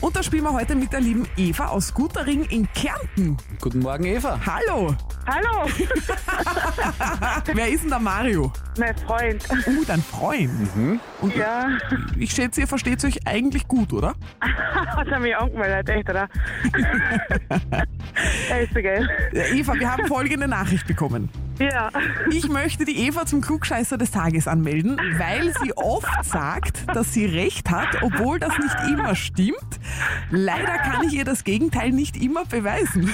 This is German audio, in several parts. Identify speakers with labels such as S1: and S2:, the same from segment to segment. S1: Und da spielen wir heute mit der lieben Eva aus Gutering in Kärnten.
S2: Guten Morgen, Eva.
S1: Hallo!
S3: Hallo,
S1: Wer ist denn der Mario?
S3: mein Freund.
S1: Uh, dein Freund. Und
S3: Ja,
S1: ich schätze, ihr versteht euch eigentlich gut, oder?
S3: hat er mich angemeldet, echt, oder? er ist so geil.
S1: Äh, Eva, wir haben folgende Nachricht bekommen.
S3: Ja,
S1: Ich möchte die Eva zum Klugscheißer des Tages anmelden, weil sie oft sagt, dass sie recht hat, obwohl das nicht immer stimmt. Leider kann ich ihr das Gegenteil nicht immer beweisen.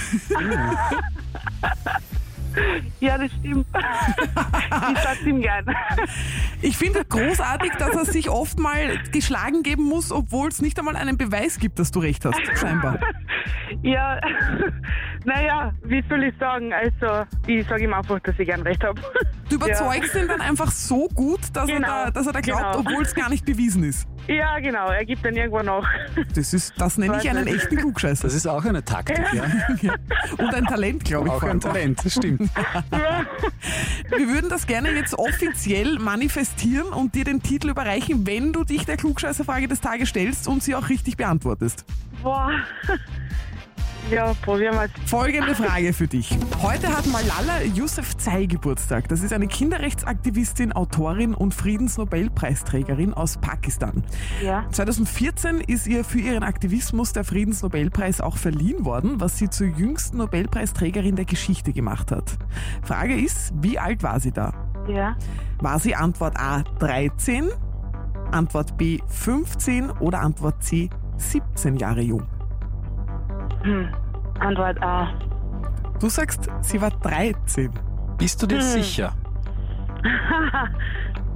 S3: ja, das stimmt. ich sag's ihm gern.
S1: Ich finde großartig, dass er sich oft mal geschlagen geben muss, obwohl es nicht einmal einen Beweis gibt, dass du recht hast, scheinbar.
S3: Ja, naja, wie soll ich sagen? Also, ich sage ihm einfach, dass ich gern recht habe.
S1: Du überzeugst ihn dann einfach so gut, dass,
S3: Genau,
S1: er, da, dass er da glaubt,
S3: genau.
S1: obwohl es gar nicht bewiesen ist.
S3: Ja, genau, er gibt dann irgendwann nach.
S1: Das, ist, das nenne ich
S3: Weiß
S1: einen
S3: nicht.
S1: echten Klugscheißer.
S2: Das ist auch eine Taktik, ja.
S1: Und ein Talent, glaube ich.
S2: Auch
S1: vor
S2: ein
S1: allem.
S2: Talent, das stimmt.
S3: Ja,
S1: Wir würden das gerne jetzt offiziell manifestieren und dir den Titel überreichen, wenn du dich der Klugscheißerfrage des Tages stellst und sie auch richtig beantwortest.
S3: boah. Ja, probieren wir's.
S1: Folgende Frage für dich. Heute hat Malala Yousafzai Geburtstag. Das ist eine Kinderrechtsaktivistin, Autorin und Friedensnobelpreisträgerin aus Pakistan.
S3: Ja.
S1: 2014 ist ihr für ihren Aktivismus der Friedensnobelpreis auch verliehen worden, was sie zur jüngsten Nobelpreisträgerin der Geschichte gemacht hat. Frage ist, wie alt war sie da?
S3: Ja.
S1: War sie Antwort A 13, Antwort B 15 oder Antwort C 17 Jahre jung?
S3: Hm. Antwort A.
S1: Du sagst, sie war 13.
S2: Bist
S3: Hm.
S2: du dir sicher?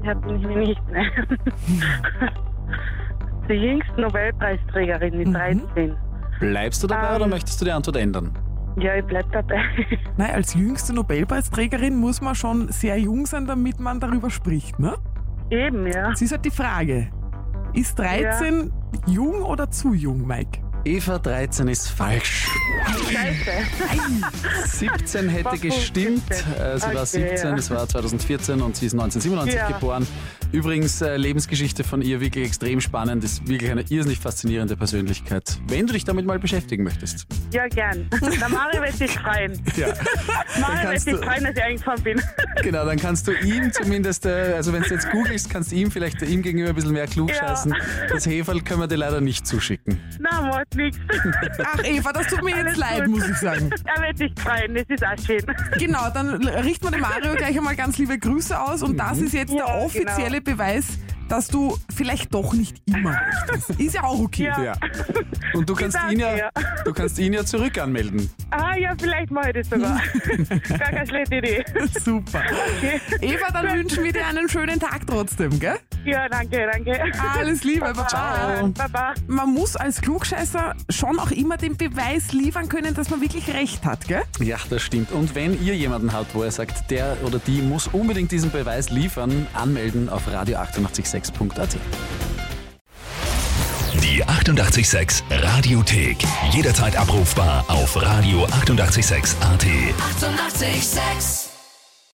S3: Ja, bin ich mir nicht, ne? Die jüngste Nobelpreisträgerin, die 13.
S2: Bleibst du dabei
S3: Ähm.
S2: oder möchtest du die Antwort ändern?
S3: Ja, ich bleib dabei.
S1: Nein, als jüngste Nobelpreisträgerin muss man schon sehr jung sein, damit man darüber spricht, ne?
S3: Eben, ja.
S1: Das ist halt die Frage. Ist 13 jung oder zu jung, Mike?
S2: Eva 13 ist falsch.
S3: Scheiße.
S2: 17 hätte
S3: Was
S2: gestimmt.
S3: funktioniert denn?
S2: Äh, sie war
S3: Okay,
S2: 17,
S3: ja.
S2: es war 2014 und sie ist 1997
S3: Ja.
S2: geboren. Übrigens, äh, Lebensgeschichte von ihr wirklich extrem spannend, ist wirklich eine irrsinnig faszinierende Persönlichkeit. Wenn du dich damit mal beschäftigen möchtest.
S3: Ja, gern. Der Mario wird sich freuen.
S2: Ja.
S3: Mario wird
S2: kannst
S3: sich
S2: du-
S3: freuen, dass ich eingefahren bin.
S2: Genau, dann kannst du ihm zumindest, äh, also wenn du jetzt googelst, kannst du ihm vielleicht äh, ihm gegenüber ein bisschen mehr klugscheißen. Das Heferl können wir dir leider nicht zuschicken.
S3: Na, macht nichts.
S1: Ach Eva, das tut mir jetzt leid,
S3: gut.
S1: muss ich sagen.
S3: Er wird sich freuen, das ist auch schön.
S1: Genau, dann richten wir dem Mario gleich einmal ganz liebe Grüße aus und das ist jetzt
S3: Ja, genau.
S1: der offizielle Beweis, dass du vielleicht doch nicht immer recht hast. Ist ja auch okay.
S3: Ja.
S2: Und du kannst,
S3: Danke,
S2: ihn ja,
S3: ja.
S2: du kannst ihn ja zurück anmelden.
S3: Ah, ja, vielleicht mache ich das sogar. Gar keine schlechte Idee.
S1: Super.
S3: Okay.
S1: Eva, dann wünschen wir dir einen schönen Tag trotzdem, gell?
S3: Ja, danke, danke.
S1: Alles Liebe, Baba.
S2: Ciao.
S3: Baba.
S1: Man muss als Klugscheißer schon auch immer den Beweis liefern können, dass man wirklich recht hat, gell?
S2: Ja, das stimmt. Und wenn ihr jemanden habt, wo er sagt, der oder die muss unbedingt diesen Beweis liefern, anmelden auf radio886.at.
S4: Die 88,6 Radiothek. Jederzeit abrufbar auf radio886.at. 88,6.
S5: Eighty-eight, sex.